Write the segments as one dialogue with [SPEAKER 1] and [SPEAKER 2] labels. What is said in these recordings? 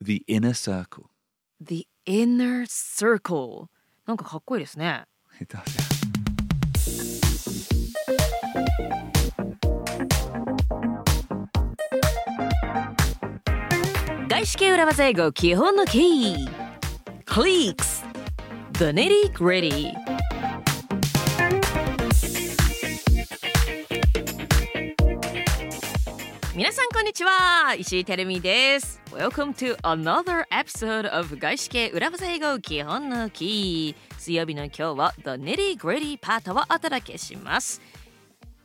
[SPEAKER 1] The inner circle.
[SPEAKER 2] The Inner Circle なんかかっこいいですね
[SPEAKER 1] 下手じゃん。
[SPEAKER 2] 外資系裏技英語基本のキー Clicks The Nitty Gritty 皆さんこんにちは石井てるみです Welcome to another episode of 外資系裏技英語基本のキー水曜日の今日は The Nitty Gritty パートをお届けします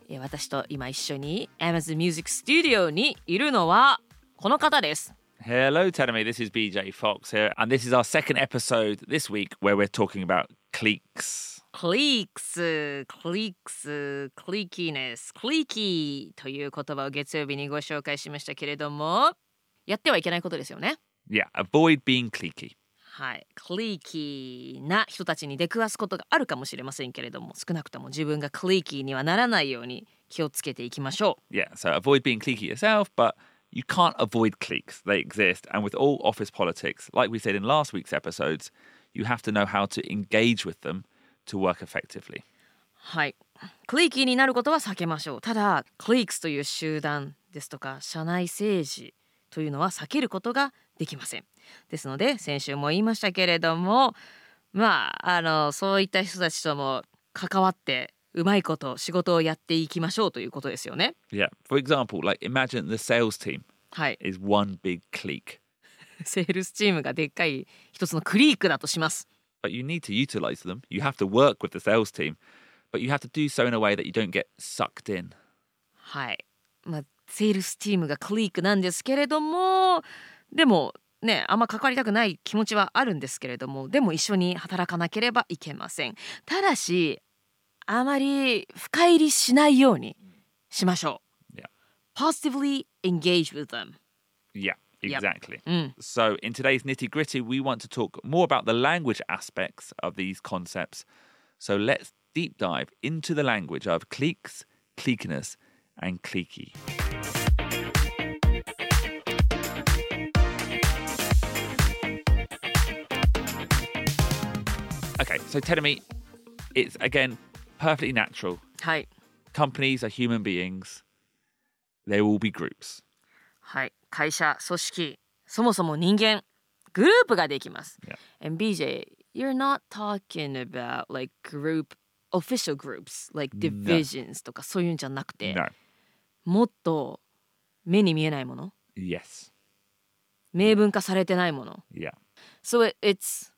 [SPEAKER 2] えー私と今一緒に Amazon Music Studio にいるのはこの方です
[SPEAKER 1] Hello, Tanami. This is BJ Fox here, and this is our second episode this week where we're talking about cliques.
[SPEAKER 2] クリックス、クリックス、クリキネス、クリキーという言葉を月曜日にご紹介しましたけれども、やってはいけないことですよね。
[SPEAKER 1] Yeah, avoid being cliquey.
[SPEAKER 2] はい、クリキーな人たちに出くわすことがあるかもしれませんけれども、少なくとも自分がクリキーにはならないように気をつけていきましょ
[SPEAKER 1] Yeah, so avoid being cliquey yourself, but you can't avoid cliques. They exist, and with all office politics, like we said in last week's episodes, you have to know how to engage with them to work effectively.
[SPEAKER 2] う。はい、クリキーになることは避けましょう。ただ、クリックスという集団ですとか、社内政治というのは避けることができません。ですので先週も言いましたけれどもまああのそういった人たちとも関わってうまいこと仕事をやっていきましょうということですよね。
[SPEAKER 1] Yeah. For example, like imagine the sales team
[SPEAKER 2] はい、
[SPEAKER 1] is one big clique,
[SPEAKER 2] セールスチームがでっかい一つのクリークだとします。
[SPEAKER 1] but you need to utilize them. You have to work with the sales team, but you have to do so in a way that you don't get sucked in.
[SPEAKER 2] はい、まあ、セールスチームがクリークなんですけれどもでもねあんま関わりたくない気持ちはあるんですけれどもでも一緒に働かなければいけません。ただしあまり深入りしないようにしましょう。
[SPEAKER 1] Yeah.
[SPEAKER 2] Positively engage with them.
[SPEAKER 1] Yeah,
[SPEAKER 2] Yep.
[SPEAKER 1] exactly.
[SPEAKER 2] うん、
[SPEAKER 1] So, in today's nitty gritty, we want to talk more about the language aspects of these concepts. So, let's deep dive into the language of cliques, cliqueness, and cliquey. Okay, so Tedemi, it's again perfectly natural.
[SPEAKER 2] はい、
[SPEAKER 1] Companies are human beings, there will be groups.
[SPEAKER 2] はい、会社、組織、そもそも人間、グループができます。And BJ, you're not talking about like group, official groups, like
[SPEAKER 1] No.
[SPEAKER 2] divisions とかそういうんじゃなくて、
[SPEAKER 1] No.
[SPEAKER 2] もっと目に見えないもの、
[SPEAKER 1] Yes.
[SPEAKER 2] 明文化されてないもの。
[SPEAKER 1] Yeah.
[SPEAKER 2] So it- it's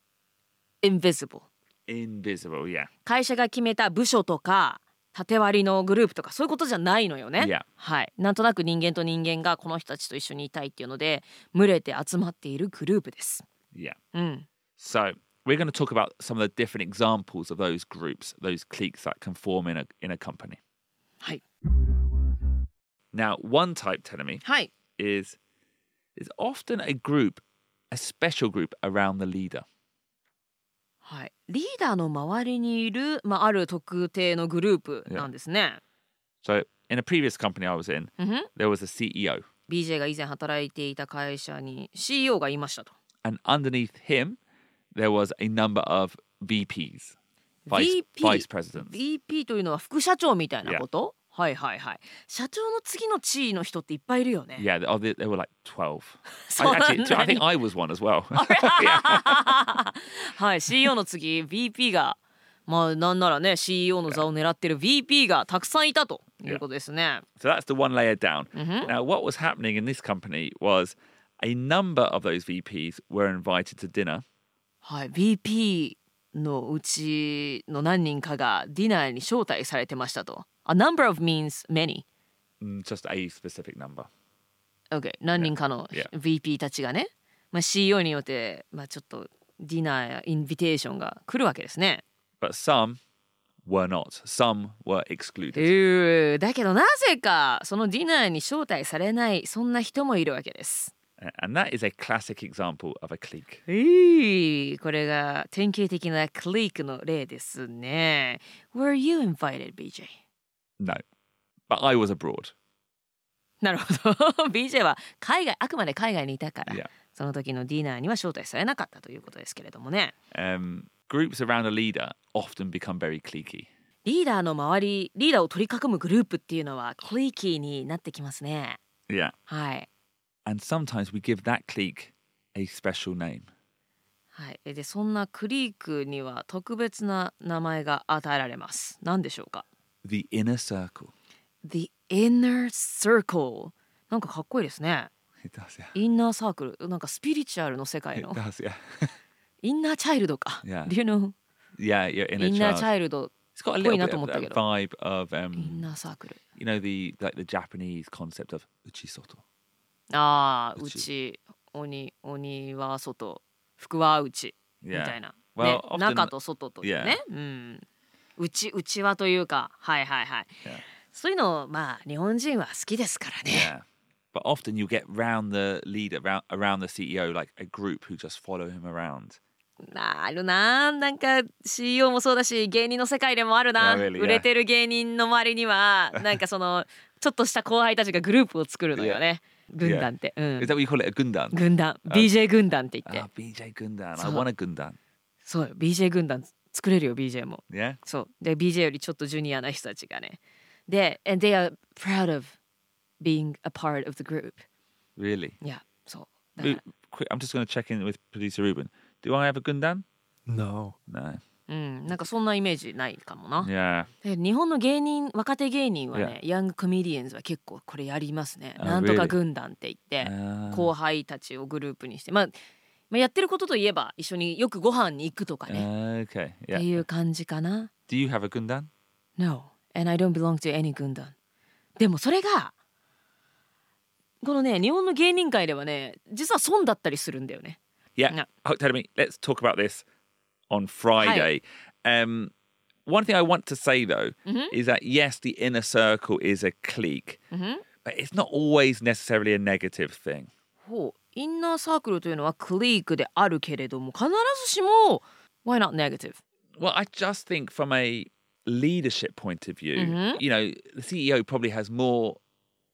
[SPEAKER 2] invisible.
[SPEAKER 1] Invisible, yeah.
[SPEAKER 2] 会社が決めた部署とか縦割りのグループとかそういうことじゃないのよね。
[SPEAKER 1] Yeah.
[SPEAKER 2] はい、なんとなく人間と人間がこの人たちと一緒にいたいっていうので群れて集まっているグループです。
[SPEAKER 1] Yeah.
[SPEAKER 2] うん、
[SPEAKER 1] So we're going to talk about some of the different examples of those groups, those cliques that can form in a in a company.
[SPEAKER 2] はい、
[SPEAKER 1] Now, one type tenemy
[SPEAKER 2] はい、
[SPEAKER 1] is is often a group, a special group around the leader.
[SPEAKER 2] はい。リーダーの周りにいる、まあ、ある特定のグループなんですね。
[SPEAKER 1] So in a previous company I was in,
[SPEAKER 2] うんふん
[SPEAKER 1] there was a E CEO,
[SPEAKER 2] BJ が以前働いていた会社に CEO がいましたと。
[SPEAKER 1] and underneath him there was a number of VPs, vice,
[SPEAKER 2] VP
[SPEAKER 1] vice presidents.
[SPEAKER 2] VP というのは副社長みたいなことはいはいはい。社長の次の地位の人っていっぱいいるよね。
[SPEAKER 1] Yeah, they- oh, they, they were like twelve.
[SPEAKER 2] そ
[SPEAKER 1] I,
[SPEAKER 2] んな
[SPEAKER 1] actually, I
[SPEAKER 2] に
[SPEAKER 1] think I was one as well.
[SPEAKER 2] はい、CEO の 次 VP がまあなんならね CEO の座を狙ってる VP がたくさんいたということですね。
[SPEAKER 1] So that's the one layer down. Now, what was happening in this company was a number of those VPs were invited to dinner.
[SPEAKER 2] はい、VP のうちの何人かがディナーに招待されてましたと。A number of means many.
[SPEAKER 1] Mm, Just a specific number.
[SPEAKER 2] Okay. 何人かの
[SPEAKER 1] Yeah.
[SPEAKER 2] VP たちがね、まあ、CEO によって、まあ、ちょっとディナーやインビテーションが来るわけですね。
[SPEAKER 1] But some were not. Some were excluded.
[SPEAKER 2] うーだけどなぜかそのディナーに招待されないそんな人もいるわけです。
[SPEAKER 1] A- And that is a classic example of a clique.
[SPEAKER 2] えーこれが典型的なクリークの例ですね。Were you invited, BJ?
[SPEAKER 1] No. But I was abroad.
[SPEAKER 2] なるほど。BJ は海外あくまで海外にいたから、
[SPEAKER 1] Yeah.
[SPEAKER 2] そその時のディナーには招待されなかったということですけれどもね
[SPEAKER 1] Um, groups around a leader often become very cliquey.
[SPEAKER 2] リーダーの周りリーダーを取り囲むグループっていうのはクリーキーになってきますね
[SPEAKER 1] Yeah.
[SPEAKER 2] はい
[SPEAKER 1] And sometimes we give that clique a special name.
[SPEAKER 2] はい、えでそんなクリークには特別な名前が与えられます。何でしょうか
[SPEAKER 1] The inner circle.
[SPEAKER 2] ?The Inner Circle。なんかかっこいいですね。
[SPEAKER 1] It does, yeah.
[SPEAKER 2] インナーサークル。なんかスピリチュアルの世界
[SPEAKER 1] It
[SPEAKER 2] の。
[SPEAKER 1] does, yeah.
[SPEAKER 2] インナーチャイルドか。
[SPEAKER 1] Yeah.
[SPEAKER 2] Do you know?
[SPEAKER 1] yeah, your inner
[SPEAKER 2] インナー
[SPEAKER 1] child.
[SPEAKER 2] チャイルド、
[SPEAKER 1] It's got a
[SPEAKER 2] っぽ
[SPEAKER 1] little
[SPEAKER 2] いな
[SPEAKER 1] bit of
[SPEAKER 2] と思った
[SPEAKER 1] that
[SPEAKER 2] けど
[SPEAKER 1] vibe of
[SPEAKER 2] イン
[SPEAKER 1] um,
[SPEAKER 2] ナーサークル。
[SPEAKER 1] you know the like the Japanese concept of uchisoto.
[SPEAKER 2] ああ、う
[SPEAKER 1] うち
[SPEAKER 2] ち、鬼、鬼は外、福は内み
[SPEAKER 1] Yeah.
[SPEAKER 2] たいな。ね
[SPEAKER 1] Well,、often-
[SPEAKER 2] 中と外というね。うん。うち、うちわというか、はいはいはい。
[SPEAKER 1] Yeah.
[SPEAKER 2] そういうの、まあ、日本人は好きですからね。
[SPEAKER 1] Yeah. But often you'll get round the leader, round, around the CEO, like a group who just follow him around.
[SPEAKER 2] なあるなあなんか CEO もそうだし芸人の世界でもあるな
[SPEAKER 1] Yeah, really, yeah.
[SPEAKER 2] 売れてる芸人の周り にはなんかそのちょっとした後輩たちがグループを作るのよね軍団って、う
[SPEAKER 1] Is
[SPEAKER 2] ん、
[SPEAKER 1] that what you call it? A gundan?
[SPEAKER 2] 軍団 BJ 軍団って言っ
[SPEAKER 1] Ah,
[SPEAKER 2] て
[SPEAKER 1] BJ gundan. I
[SPEAKER 2] So-
[SPEAKER 1] want a gundan.
[SPEAKER 2] そうよ BJ 軍団作れるよ BJ も
[SPEAKER 1] Yeah.
[SPEAKER 2] そうで BJ よりちょっとジュニアな人たちがねで and they are proud of being a part of the group
[SPEAKER 1] Really.
[SPEAKER 2] いやそうだか
[SPEAKER 1] Lu-
[SPEAKER 2] ら
[SPEAKER 1] quick, I'm just going to check in with producer Ruben. Do I have a gundan?
[SPEAKER 3] No.
[SPEAKER 1] No.
[SPEAKER 2] うんなんかそんなイメージないかもな
[SPEAKER 1] Yeah.
[SPEAKER 2] で日本の芸人若手芸人はね、ヤングコメディエンズは結構これやりますね。
[SPEAKER 1] あ
[SPEAKER 2] なんとか
[SPEAKER 1] really？
[SPEAKER 2] 軍団って言って、
[SPEAKER 1] Ah.
[SPEAKER 2] 後輩たちをグループにして、まあ、まあやってることといえば一緒によくご飯に行くとかね、
[SPEAKER 1] Okay.
[SPEAKER 2] っ
[SPEAKER 1] Yeah.
[SPEAKER 2] ていう感じかな。
[SPEAKER 1] Do you have a gundan?
[SPEAKER 2] No, and I don't belong to any 軍団。でもそれがこのね日本の芸人界ではね実は損だったりするんだよね。
[SPEAKER 1] Yeah.
[SPEAKER 2] No.
[SPEAKER 1] Oh, tell me, let's talk about this on Friday. Um, one thing I want to say though is that yes, the inner circle is a clique, but it's not always necessarily a negative thing.
[SPEAKER 2] ほうインナーサークルというのはクリークであるけれども必ずしも Why not negative?
[SPEAKER 1] Well, I just think from a leadership point of view, you know, the CEO probably has more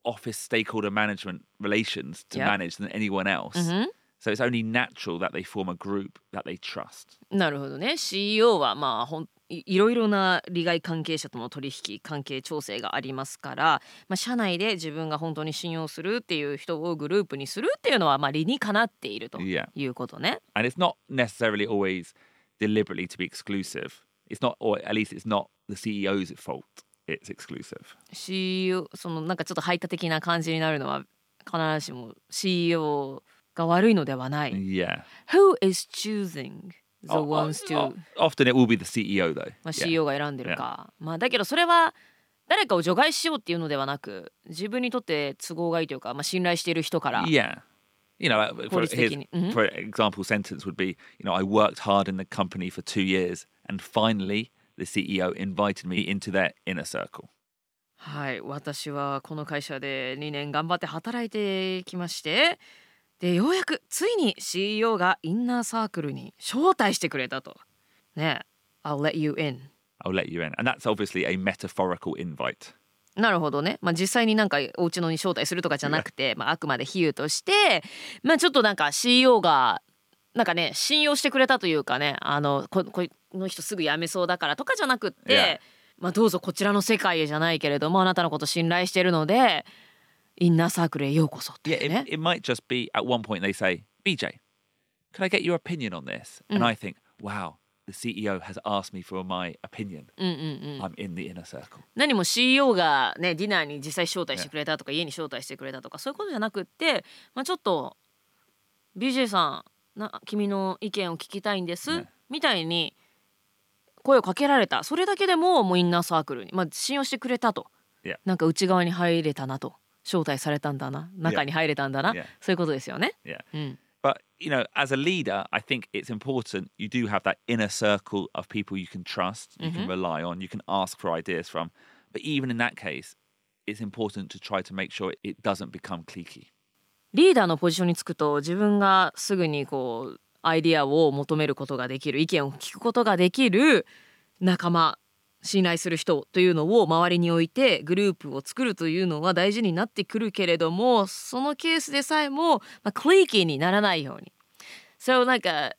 [SPEAKER 1] office stakeholder management relations to
[SPEAKER 2] Yeah.
[SPEAKER 1] manage than anyone else.
[SPEAKER 2] Mm-hmm.
[SPEAKER 1] So it's only natural that they form a group that they trust.
[SPEAKER 2] なるほどね CEO はまあほんいいろいろな利害関係者との取引関係調整がありますから、まあ、社内で自分が本当に信用するっていう人をグループにするっていうのはまあ理にかなっていると
[SPEAKER 1] Yeah.
[SPEAKER 2] いうことね。
[SPEAKER 1] and it's not necessarily always deliberately to be exclusive. It's not, or at least it's not the CEO's fault. It's exclusive.
[SPEAKER 2] CEO そのなんかちょっと排他的な感じになるのは必ずしも CEO が悪いのではない。
[SPEAKER 1] Yeah.
[SPEAKER 2] Who is choosing the
[SPEAKER 1] O- o-
[SPEAKER 2] ones to、
[SPEAKER 1] o- often it will be the CEO though.
[SPEAKER 2] まあ、
[SPEAKER 1] Yeah.
[SPEAKER 2] CEO が選んでるか、まあだけどそれは誰かを除外しようっていうのではなく自分にとって都合がいいというか、まあ、信頼している人から、
[SPEAKER 1] Yeah. You know, like, for, his,
[SPEAKER 2] 効率的に。Mhm.
[SPEAKER 1] for example, sentence would be, you know, I worked hard in the company for two years, and finally the CEO invited me into their inner circle.
[SPEAKER 2] はい私はこの会社で2年頑張って働いてきましてでようやくついに CEO がインナーサークルに招待してくれたとねえ I'll let you in
[SPEAKER 1] I'll let you in, and that's obviously a metaphorical invite.
[SPEAKER 2] なるほどね、まあ、実際になんかお家のに招待するとかじゃなくて、まあ、あくまで比喩として、まあ、ちょっとなんか CEO がなんかね信用してくれたというかねあのここの人すぐ辞めそうだからとかじゃなくって、
[SPEAKER 1] Yeah.
[SPEAKER 2] まあ、どうぞこちらの世界へじゃないけれどもあなたのこと信頼してるのでインナーサークルへようこそってい
[SPEAKER 1] Yeah, it,
[SPEAKER 2] うね。
[SPEAKER 1] it might just be at one point they say, BJ, could I get your opinion on this? And I think, wow, the CEO has asked me for my opinion. I'm in the inner circle.
[SPEAKER 2] 何も CEO がねディナーに実際招待してくれたとか家に招待してくれたとかそういうことじゃなくって、まあ、ちょっと BJ さんな君の意見を聞きたいんです、
[SPEAKER 1] ね
[SPEAKER 2] みたいに声をかけられたそれだけでももうインナーサークルに、まあ、信用してくれたと
[SPEAKER 1] Yeah.
[SPEAKER 2] なんか内側に入れたなと招待されたんだな中に入れたんだな、
[SPEAKER 1] Yeah.
[SPEAKER 2] そういうことですよね。
[SPEAKER 1] Yeah.
[SPEAKER 2] うん、
[SPEAKER 1] But, you know, as a leader, I think it's important you do have that inner circle of people you can trust, you can rely on, you can ask for ideas from. But even in that case, it's important to try to make sure it doesn't become cliquey.
[SPEAKER 2] リーダーのポジションにつくと自分がすぐにこうアイディアを求めることができる意見を聞くことができる仲間信頼する人というのを周りに置いてグループを作るというのは大事になってくるけれどもそのケースでさえも、まあ、クリーキーにならないように。So なんか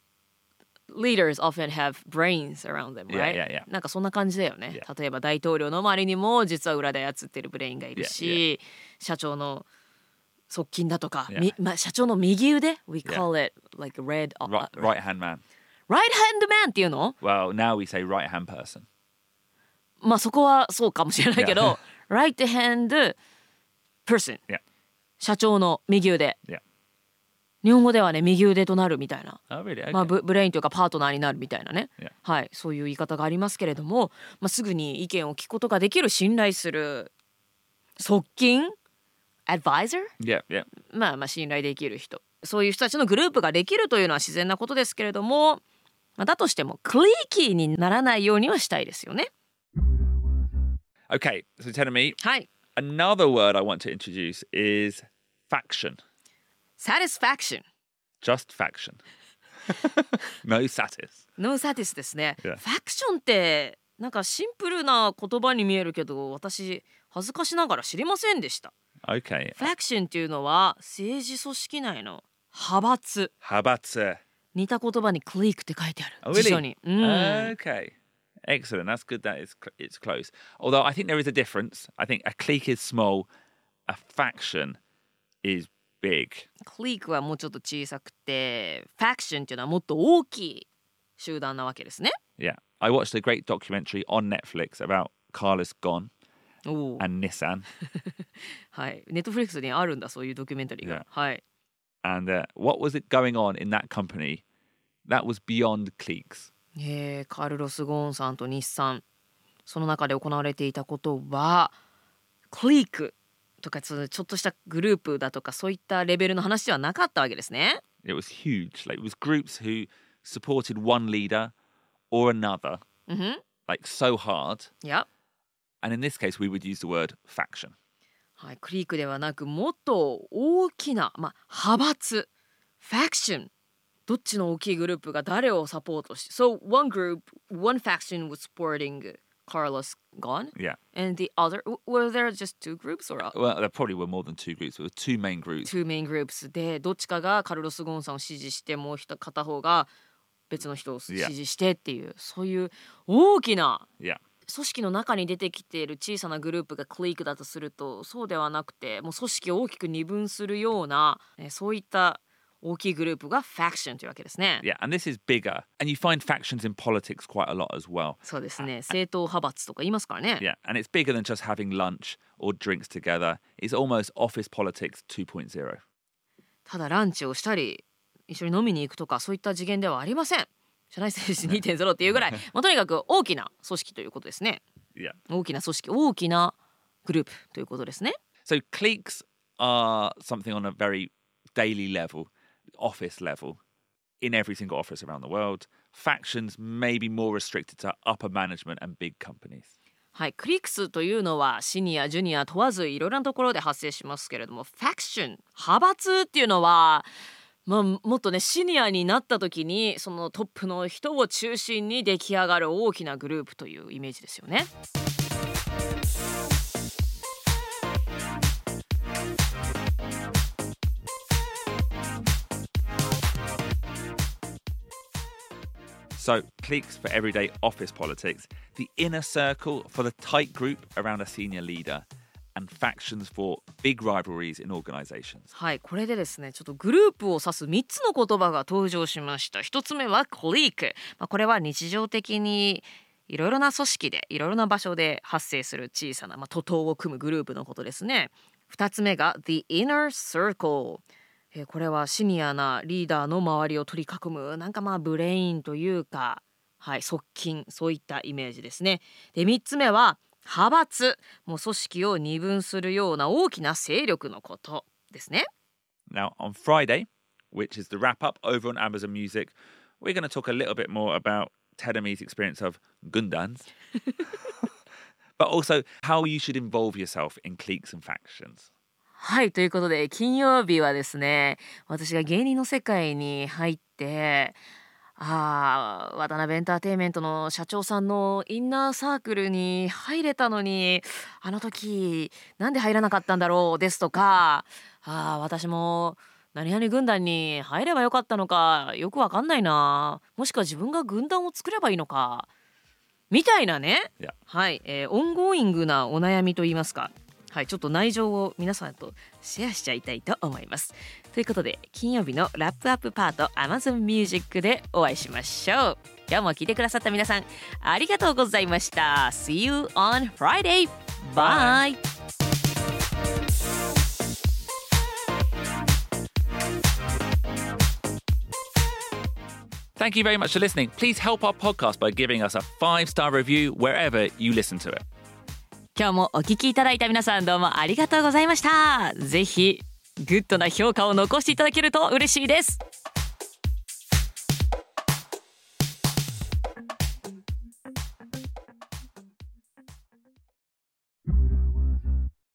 [SPEAKER 2] leaders often have brains around them, right?
[SPEAKER 1] Yeah, yeah, yeah.
[SPEAKER 2] なんかそんな感じだよね。例えば大統領の周りにも実は裏で操ってるブレインがいるし、社長の側近だとか、
[SPEAKER 1] Yeah.
[SPEAKER 2] みまあ、社長の右腕 We call it like red
[SPEAKER 1] Uh, Right,
[SPEAKER 2] right
[SPEAKER 1] right hand man.
[SPEAKER 2] hand man っていうの
[SPEAKER 1] Well, now we say right hand person.
[SPEAKER 2] まあそこはそうかもしれないけど、right hand person、
[SPEAKER 1] Yeah.
[SPEAKER 2] 社長の右腕
[SPEAKER 1] Yeah.
[SPEAKER 2] 日本語ではね右腕となるみたいな、
[SPEAKER 1] Oh, really? Okay.
[SPEAKER 2] まあ、ブブレインというかパートナーになるみたいなね、
[SPEAKER 1] Yeah.
[SPEAKER 2] はい、そういう言い方がありますけれども、まあ、すぐに意見を聞くことができる信頼する側近 advisor
[SPEAKER 1] yeah, yeah.
[SPEAKER 2] まあまあ信頼できる人そういう人たちのグループができるというのは自然なことですけれども、まあ、だとしてもクリーキーにならないようにはしたいですよね。
[SPEAKER 1] Okay, so tell me,
[SPEAKER 2] はい。
[SPEAKER 1] another word I want to introduce is faction.
[SPEAKER 2] satisfaction
[SPEAKER 1] Just faction. no satis.
[SPEAKER 2] ノーサティスですね。
[SPEAKER 1] Yeah.
[SPEAKER 2] ファクションってなんかシンプルな言葉に見えるけど私恥ずかしながら知りませんでした。
[SPEAKER 1] Okay.
[SPEAKER 2] ファクションっていうのは政治組織内の派閥
[SPEAKER 1] Habatsu.
[SPEAKER 2] 似た言葉にクリークって書いてある、
[SPEAKER 1] Oh,
[SPEAKER 2] 辞
[SPEAKER 1] really?
[SPEAKER 2] 書に。うん
[SPEAKER 1] Okay. Excellent. That's good that it's, cl- it's close. Although I think there is a difference. I think a clique is small, a faction is big.
[SPEAKER 2] クリークはもうちょっと小さくてファクションっていうのはもっと大きい集団なわけですね。
[SPEAKER 1] Yeah. I watched a great documentary on Netflix about Carlos Ghosn
[SPEAKER 2] おー
[SPEAKER 1] and Nissan.
[SPEAKER 2] はい。ネットフリックスにあるんだそういうドキュメンタリーが。
[SPEAKER 1] Yeah.
[SPEAKER 2] はい。
[SPEAKER 1] And uh, what was it going on in that company that was beyond cliques?
[SPEAKER 2] えーカルロス・ゴーンさんと日産その中で行われていたことはクリークとかそのちょっとしたグループだとかそういったレベルの話ではなかったわけですね。
[SPEAKER 1] It was huge. Like it was groups who supported one leader or another,
[SPEAKER 2] うんふん
[SPEAKER 1] like so hard.
[SPEAKER 2] いや、
[SPEAKER 1] And in this case, we would use the word faction.
[SPEAKER 2] はい、クリークではなくもっと大きな、まあ、派閥ファクションどっちの大きいグループが誰をサポートし So one group, one faction was supporting Carlos Ghosn
[SPEAKER 1] Yeah.
[SPEAKER 2] and the other were there just two groups or
[SPEAKER 1] Well, there probably were more than two groups. There were two main groups.
[SPEAKER 2] two main groups でどっちかがカルロス・ゴーンさんを支持してもう一片方が別の人を支
[SPEAKER 1] Yeah.
[SPEAKER 2] 持してっていうそういう大きな
[SPEAKER 1] Yeah.
[SPEAKER 2] 組織の中に出てきている小さなグループがクリークだとするとそうではなくてもう組織を大きく二分するようなえーそういった大きいグループがファクションというわけですね。
[SPEAKER 1] Yeah. And this is bigger. And you find factions in politics quite a lot as well.
[SPEAKER 2] そうです ね政党派閥とか言いますからね。
[SPEAKER 1] Yeah. And it's bigger than just having lunch or drinks together. It's almost office politics 2.0.
[SPEAKER 2] ただランチをしたり一緒に飲みに行くとかそういった次元ではありません。社内 政治2.0っていうぐらい、まあ、とにかく大きな組織ということですね。
[SPEAKER 1] Yeah.
[SPEAKER 2] 大きな組織大きなグループということですね。
[SPEAKER 1] So cliques are something on a very daily level, office level, in every single office around the world. Factions may be more restricted to upper management and big companies.
[SPEAKER 2] はい、クリックスというのはシニアジュニア問わずいろいろなところで発生しますけれどもファクション派閥っていうのは、まあ、もっとねシニアになった時にそのトップの人を中心に出来上がる大きなグループというイメージですよね。
[SPEAKER 1] So cliques for everyday office politics, the inner circle for the tight group around a senior leader, and factions for big rivalries in organizations.
[SPEAKER 2] はい、これでですね、ちょっとグループを指す3つの言葉が登場しました。1つ目はコリーク。まあ、これは日常的にいろいろな組織でいろいろな場所で発生する小さな、まあ、徒党を組むグループのことですね。2つ目が The Inner Circle。えーこれはシニアなリーダーの周りを取り囲むなんかまあブレインというか、はい、側近そういったイメージですね。で3つ目は派閥もう組織を二分するような大きな勢力のことですね。
[SPEAKER 1] Now, on Friday, which is the wrap up over on Amazon Music, we're going to talk a little bit more about Tedemi's experience of Gundans, but also how you should involve yourself in cliques and factions.
[SPEAKER 2] はいということで金曜日はですね私が芸人の世界に入ってあー渡辺エンターテインメントの社長さんのインナーサークルに入れたのにあの時なんで入らなかったんだろうですとかあー私も何々軍団に入ればよかったのかよくわかんないなもしくは自分が軍団を作ればいいのかみたいなね
[SPEAKER 1] いや
[SPEAKER 2] はい、えーオンゴーイングなお悩みといいますかはいちょっと内情を皆さんとシェアしちゃいたいと思いますということで金曜日のラップアップパート Amazon Music でお会いしましょう今日も聞いてくださった皆さんありがとうございました See you on Friday! Bye.
[SPEAKER 1] Thank you very much for listening. Please help our podcast by giving us a five star review wherever you listen to it.
[SPEAKER 2] 今日もお聞きいただいた皆さんどうもありがとうございましたぜひグッドな評価を残していただけると嬉しいです